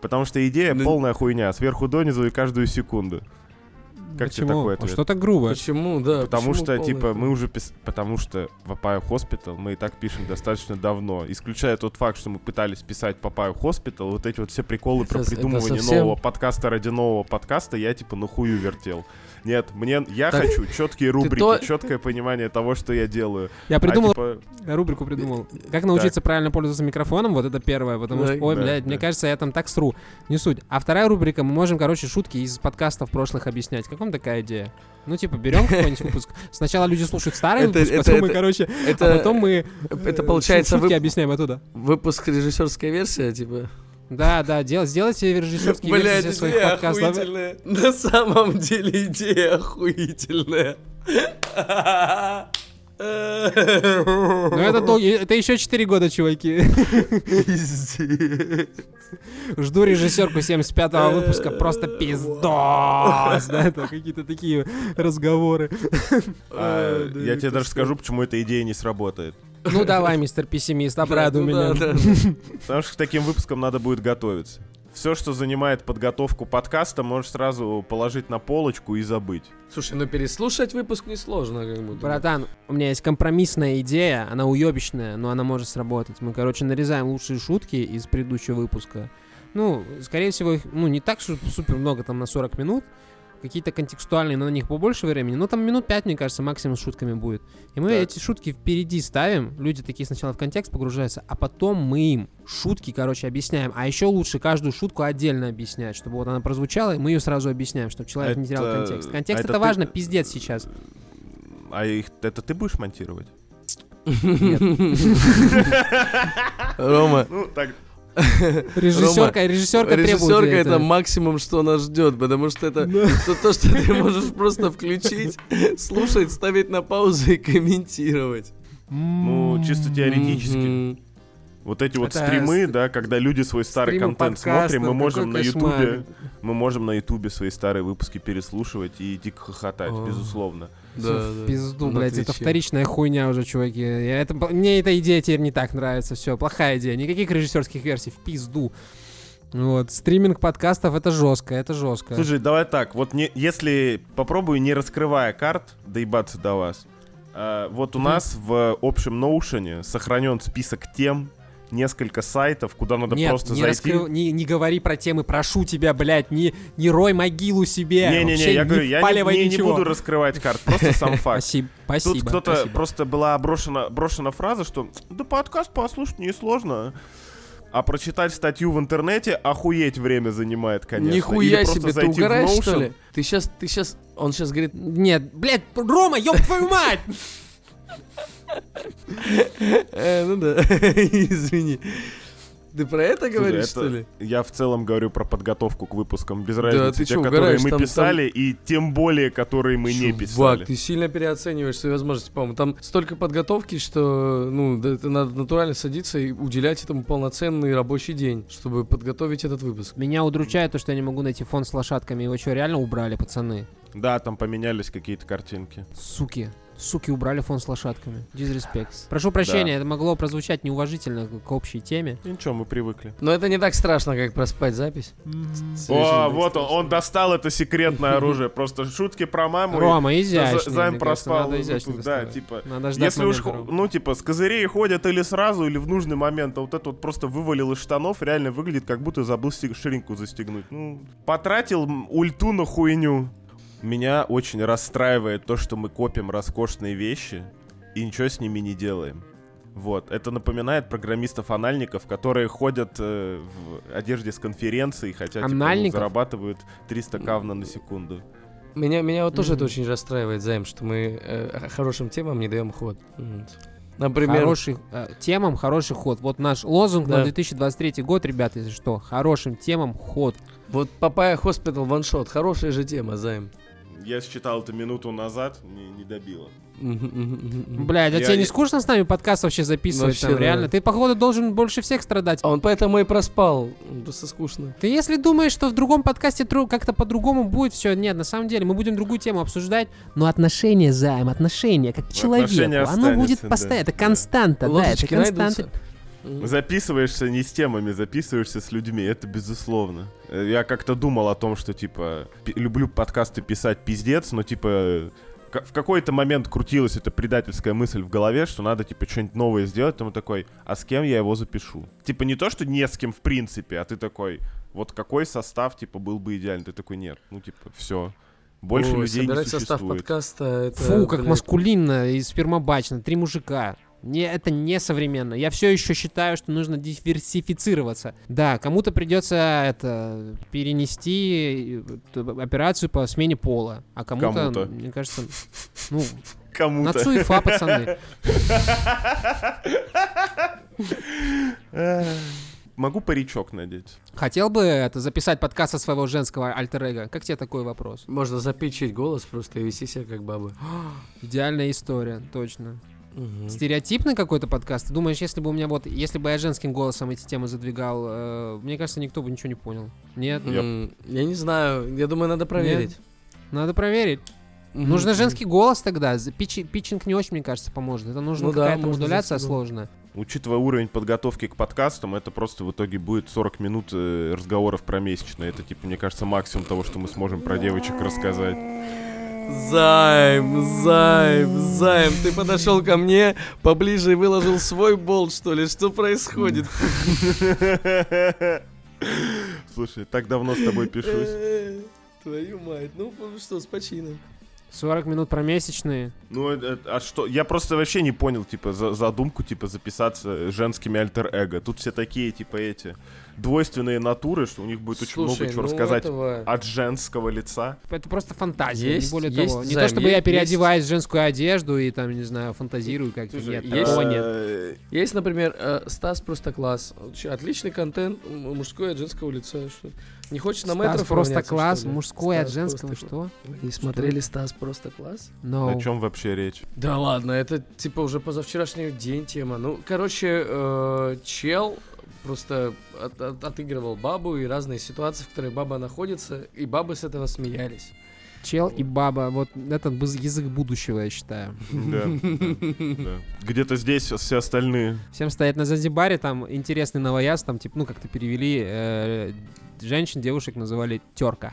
B: Потому что идея
C: Ну-
B: полная хуйня, сверху донизу и каждую секунду.
A: ваншот.
B: Как тебе
A: Почему?
B: такой
A: А
B: ответ?
A: Что-то грубо.
C: Почему, да?
B: Потому
C: почему
B: что,
C: полный
B: типа,
C: хуй?
B: мы уже пис... Потому что Папаю Хоспитал мы и так пишем достаточно давно. Исключая тот факт, что мы пытались писать Папаю Хоспитал, вот эти вот все приколы
C: Это
B: про
C: с- это
B: придумывание
C: совсем-
B: нового подкаста ради нового подкаста, я, типа, на хую вертел. Нет, мне... Я
C: Так-
B: хочу четкие рубрики,
C: то-
B: четкое понимание того, что я делаю.
A: Я
B: А,
A: придумал,
B: типа,
A: рубрику придумал. Как научиться правильно пользоваться микрофоном, вот это первое, потому
C: Э, Да,
A: что, ой,
B: да,
A: блядь,
B: да.
A: мне кажется, я там так сру. Не суть. А вторая рубрика, мы можем, короче, шутки из подкастов прошлых объяснять. Как вам такая идея? Ну, типа, берем какой-нибудь выпуск. Сначала люди слушают старый
C: Это-
A: выпуск,
C: это-
A: потом мы,
C: это-
A: короче,
C: это,
A: а потом мы
C: это
A: э,
C: получается
A: шутки
C: вып-
A: объясняем оттуда.
C: выпуск режиссерская версия, типа.
A: Да, да, дел, сделайте режиссерские версии
C: идея
A: своих подкастов.
C: охуительная. На самом деле идея охуительная.
A: Ну это долго, это еще 4 года, чуваки. Жду режиссерку
C: Э,
A: 75 выпуска, просто пиздос. Да, это какие-то такие разговоры.
C: Э,
B: а, я тебе даже скажу, почему эта идея не сработает.
A: Ну давай, мистер пессимист, обрадуй
C: Да,
A: меня.
C: да, да.
B: Потому что к таким выпускам надо будет готовиться. Все, что занимает подготовку подкаста, можешь сразу положить на полочку и забыть.
C: Слушай, ну переслушать выпуск несложно, как будто. бы.
A: Братан, у меня есть компромиссная идея, она уебищная, но она может сработать. Мы, короче, нарезаем лучшие шутки из предыдущего выпуска. Ну, скорее всего, их, ну, не так су- супер много, там, на 40 минут. Какие-то контекстуальные, но на них побольше времени. Ну, там минут 5, мне кажется, максимум с шутками будет. И мы
B: Так.
A: эти шутки впереди ставим. Люди такие сначала в контекст погружаются, а потом мы им шутки, короче, объясняем. А еще лучше каждую шутку отдельно объяснять, чтобы вот она прозвучала, и мы ее сразу объясняем, чтобы человек не терял
B: Это-
A: контекст. Контекст
B: а это
A: это,
B: ты-
A: важно, пиздец сейчас.
B: А их это ты будешь монтировать?
C: Рома,
B: Ну, так.
A: Режиссерка, режиссерка
C: режиссерка
A: требует.
C: это максимум, что нас ждет, потому что это то, то, что ты можешь просто включить, слушать, ставить на паузу и комментировать.
B: Ну, чисто теоретически.
C: Мгм.
B: Вот эти вот
A: Это
B: стримы,
A: ст-
B: да, когда люди свой старый
A: Стримы
B: контент
A: подкастов,
B: смотрим, мы можем на
A: какой кошмар.
B: Ютубе, мы можем на Ютубе свои старые выпуски переслушивать и дико хохотать,
C: А.
B: безусловно.
A: Всё
C: Да,
A: в
C: да.
A: пизду,
B: Ну,
C: На
A: блядь, это
C: Твиче.
A: вторичная хуйня уже, чуваки. Я это, мне эта идея теперь не так нравится, все, плохая идея. Никаких режиссерских версий, в пизду. Вот, стриминг подкастов это жестко, это жестко.
B: Слушай, давай так, вот не, если попробую, не раскрывая карт, доебаться до вас. А, вот у нас в общем Notion сохранен список тем, несколько сайтов, куда надо
A: Нет,
B: просто
A: не,
B: зайти.
A: раскрыв- не, не говори про темы, прошу тебя, блядь, не, не рой могилу себе.
B: Не-не-не,
A: Э, Вообще
B: я говорю, я не-
A: впаливай
B: не, не
A: ничего.
B: буду раскрывать карт, просто сам факт.
A: Спасибо, спасибо.
B: Тут кто-то
A: спасибо.
B: просто была брошена, брошена фраза, что да подкаст послушать несложно. А прочитать статью в интернете охуеть время занимает, конечно.
C: Нихуя
B: Или просто
C: себе, ты
B: зайти в
C: угораешь, что
B: Notion.
C: ли? Ты сейчас, ты сейчас, он сейчас говорит,
A: Нет, блядь, Рома, ёб твою мать!
C: «Э, ну да, извини. Ты про это
B: Слушай,
C: говоришь,
B: это
C: что ли?
B: Я в целом говорю про подготовку к выпускам без
C: Да,
B: разницы.
C: ты
B: те,
C: чё,
B: которые
C: угораешь,
B: мы
C: там-
B: писали, и тем более, которые мы не писали.
C: Чувак, ты сильно переоцениваешь свои возможности, по-моему. Там столько подготовки, что, ну, да, это надо натурально садиться и уделять этому полноценный рабочий день, чтобы подготовить этот выпуск.
A: Меня удручает то, что я не могу найти фон с лошадками. Его что, реально убрали, пацаны?
B: Да, там поменялись какие-то картинки.
A: Суки. Суки убрали фон с лошадками. Дизреспект. Прошу прощения, это могло прозвучать неуважительно к к общей теме.
B: И ничего, мы привыкли.
C: Но это не так страшно, как проспать запись.
B: М-м. О, вот он, он достал это секретное оружие. Просто шутки про маму. и
A: Рома,
B: за-
A: изящный.
B: Займ
A: мне кажется,
B: проспал.
A: Надо
B: выпуск.
A: изящно
B: Да,
A: доставать.
B: типа,
A: Надо ждать
B: Если уж,
A: момента,
B: ху-
A: Рома.
B: ну, типа, с козырей ходят или сразу, или в нужный момент, а вот это вот просто вывалил из штанов, реально выглядит, как будто забыл стиг- ширинку застегнуть. Ну, потратил м, ульту на хуйню. Меня очень расстраивает то, что мы копим роскошные вещи и ничего с ними не делаем. Вот, это напоминает программистов-анальников, которые ходят э, в одежде с конференции, хотя типа, ну,
A: Анальников?
B: зарабатывают 300 кавна на секунду.
C: Меня, меня вот тоже
A: Мгм.
C: это очень расстраивает, Займ, что мы э, хорошим темам не даем ход. М. Например,
A: Хороший э, темам хороший ход. Вот наш лозунг на
C: Да.
A: 2023 год, ребята, если что. Хорошим темам ход.
C: вот Папая Хоспитал ваншот. Хорошая же тема, Займ.
B: Я считал это минуту назад, не, не добило.
C: Мгм, мгм, мгм, мгм.
A: Блядь, а
B: Я-
A: тебе не
B: я-
A: скучно с нами подкаст вообще записывать?
C: Вообще,
A: там,
C: да.
A: реально, ты, походу, должен больше всех страдать.
C: А он поэтому и проспал. Просто скучно.
A: Ты если думаешь, что в другом подкасте тру- как-то по-другому будет все, нет, на самом деле мы будем другую тему обсуждать, но отношения займ, отношения как к человеку,
B: Отношения
A: оно будет
B: останется,
A: постоянно,
B: да,
A: это константа, да, это
C: Лодочки
A: константа.
C: найдутся. Мгм.
B: Записываешься не с темами, записываешься с людьми, это безусловно. Э, Я как-то думал о том, что, типа, пи- люблю подкасты писать пиздец, но, типа, э, ка- в какой-то момент крутилась эта предательская мысль в голове, что надо, типа, что-нибудь новое сделать, тому такой, а с кем я его запишу? Типа, не то, что не с кем в принципе, а ты такой, вот какой состав, типа, был бы идеальный? Ты такой, нет, ну, типа, все. Больше
C: Ой,
B: людей не
C: собирать
B: существует.
C: состав подкаста это...
A: Фу, как
C: Э, блядь,
A: маскулинно и спермобачно, три мужика. Не, это не современно. Я все еще считаю, что нужно диверсифицироваться. Да, кому-то придется это перенести э, т- операцию по смене пола, а кому-то,
B: Кому-то.
A: мне кажется, ну,
B: Кому-то.
A: Нацу и фа, пацаны.
B: Могу паричок надеть.
A: Хотел бы это записать подкаст со своего женского альтер -эго? Как тебе такой вопрос?
C: Можно запичить голос просто и вести себя как баба.
A: Идеальная история, точно.
C: Мгм.
A: Стереотипный какой-то подкаст? Ты думаешь, если бы у меня вот, если бы я женским голосом эти темы задвигал, э, мне кажется, никто бы ничего не понял. Нет?
C: М, Я не знаю, я думаю, надо проверить.
A: Надо проверить.
C: Мгм.
A: Нужно женский голос тогда. За- пичи- Питчинг не очень, мне кажется, поможет. Это нужно
C: Ну да,
A: какая-то
C: можно
A: модуляция
C: женский голос.
A: сложная.
B: Учитывая уровень подготовки к подкастам, это просто в итоге будет 40 минут э, разговоров про месячные. Это, типа, мне кажется, максимум того, что мы сможем про девочек рассказать.
C: Займ, займ, займ, ты подошел ко мне поближе и выложил свой болт, что ли? Что происходит?
B: Слушай, так давно с тобой пишусь.
C: Э, Твою мать, ну что, с почином.
A: 40 минут про месячные.
B: Ну, э, э, а что? Я просто вообще не понял, типа, за- задумку, типа, записаться женскими альтер-эго. Тут все такие, типа, эти двойственные натуры, что у них будет очень много
C: Слушай,
B: чего
C: ну
B: рассказать
C: этого-
B: от женского лица.
A: Это просто фантазия,
C: Есть-
A: не более
C: есть
A: того. Не
C: займ,
A: то, чтобы я
C: есть-
A: переодеваюсь в женскую одежду и там, не знаю, фантазирую как-то.
B: Слушай,
A: Нет,
C: есть-
A: такого нет.
B: э,
C: Есть, например, э, Стас просто класс. Вообще Отличный контент м- мужской от женского лица. Что? Не хочешь на
A: Стас
C: метров
A: просто
C: равняться, что
A: класс,
C: ли?
A: мужской от
C: Стас
A: женского,
C: просто типа,
A: что?
C: Вы не смотрели Стас просто класс?
A: No.
B: О чем вообще речь?
C: Да ладно, это типа уже позавчерашний день тема. Ну, короче, э, чел просто от- от- отыгрывал бабу и разные ситуации, в которых баба находится, и бабы с этого смеялись.
A: Чел и баба, вот этот бы язык будущего, я считаю.
B: Да, да. Где-то здесь все остальные.
A: Всем стоять на Занзибаре, там интересный новояз, там, типа, ну, как-то перевели, э, женщин, девушек называли терка.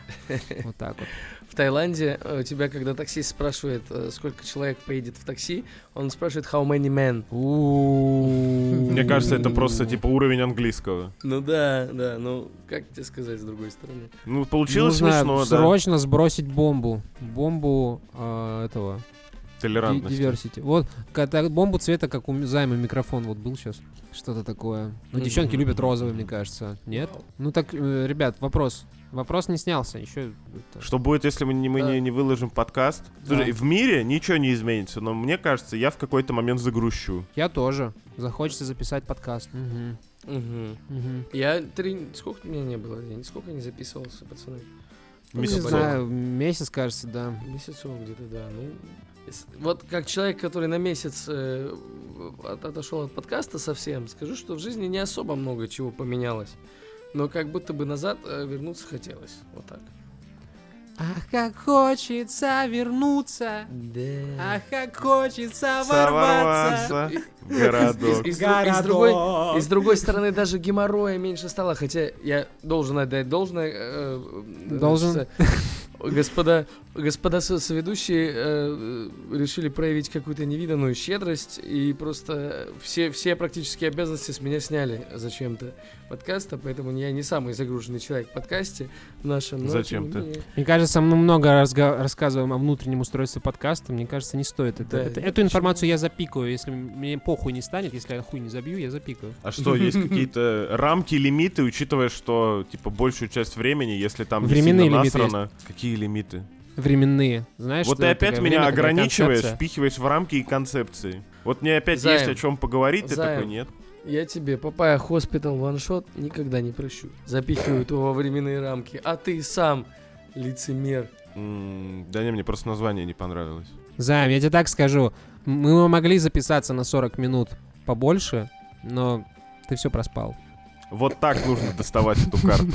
A: Вот так вот.
C: В Таиланде э, тебя, когда таксист спрашивает, э, сколько человек поедет в такси, он спрашивает how many men.
B: Мне
A: Мне
B: кажется, это просто типа уровень английского.
C: Ну да, да, ну как тебе сказать с другой стороны?
B: Ну, получилось
A: Нужно
B: смешно, да.
A: срочно сбросить бомбу. Бомбу э, этого. ди-
B: Толерантность.
A: Диверсити. Вот, когда бомбу цвета, как у займа микрофон вот был сейчас. Что-то такое. Ну, девчонки
C: Мгм.
A: любят розовый, мне кажется. Нет? Ну так, э, ребят, вопрос. Вопрос не снялся. Еще это-
B: Что будет, если мы, не, мы
C: Да.
B: не, не выложим подкаст? Слушай,
A: Да.
B: в мире ничего не изменится, но мне кажется, я в какой-то момент загрущу.
A: Я тоже. Захочется записать подкаст. Мгм.
C: Мгм.
A: Мгм.
C: Я три... Сколько у меня не было? Я нисколько не записывался, пацаны. Ну,
A: Не
B: Месяцок.
A: знаю, месяц, кажется, да.
C: Месяцок где-то, да. Ну, с- вот как человек, который на месяц э, от- отошел от подкаста совсем, скажу, что в жизни не особо много чего поменялось. Но как будто бы назад э, вернуться хотелось. Вот так.
A: Ах, как хочется вернуться.
C: Да.
A: Ах, как хочется ворваться.
B: Сорваться в городок.
C: Из, из друг- из другой, из другой стороны, даже геморроя меньше стало, хотя я должен отдать должное. э, э,
A: Должен.
C: с- Господа, господа со- соведущие э, э, решили проявить какую-то невиданную щедрость, и просто все, все практически обязанности с меня сняли зачем-то подкаста, поэтому я не самый загруженный человек в подкасте нашем. но, тем не
B: Зачем-то.
C: менее.
A: Мне кажется, мы много разга- рассказываем о внутреннем устройстве подкаста. Мне кажется, не стоит это.
C: Да,
A: это-
C: и
A: эту
C: почему?
A: информацию я запикаю. Если мне похуй не станет, если я хуй не забью, я запикаю.
B: А что, есть какие-то рамки, лимиты, учитывая, что, типа, большую часть времени, если там не
A: Временные
B: сильно
A: лимиты есть.
B: насрано- Какие лимиты?
A: Временные. Знаешь,
B: вот
A: что
B: ты
A: это
B: опять
A: такое
B: меня
A: время, такая
B: ограничиваешь,
A: концепция.
B: впихиваешь в рамки и концепции. Вот мне опять
C: Займ.
B: есть о чем поговорить, ты
C: Займ.
B: такой нет.
C: Я тебе Папая Хоспитал ваншот никогда не прощу. Запихивают его во временные рамки, а ты сам лицемер.
B: М, да не, мне просто название не понравилось.
A: Займ, я тебе так скажу. Мы бы могли записаться на 40 минут побольше, но ты все проспал.
B: Вот так нужно доставать эту карту.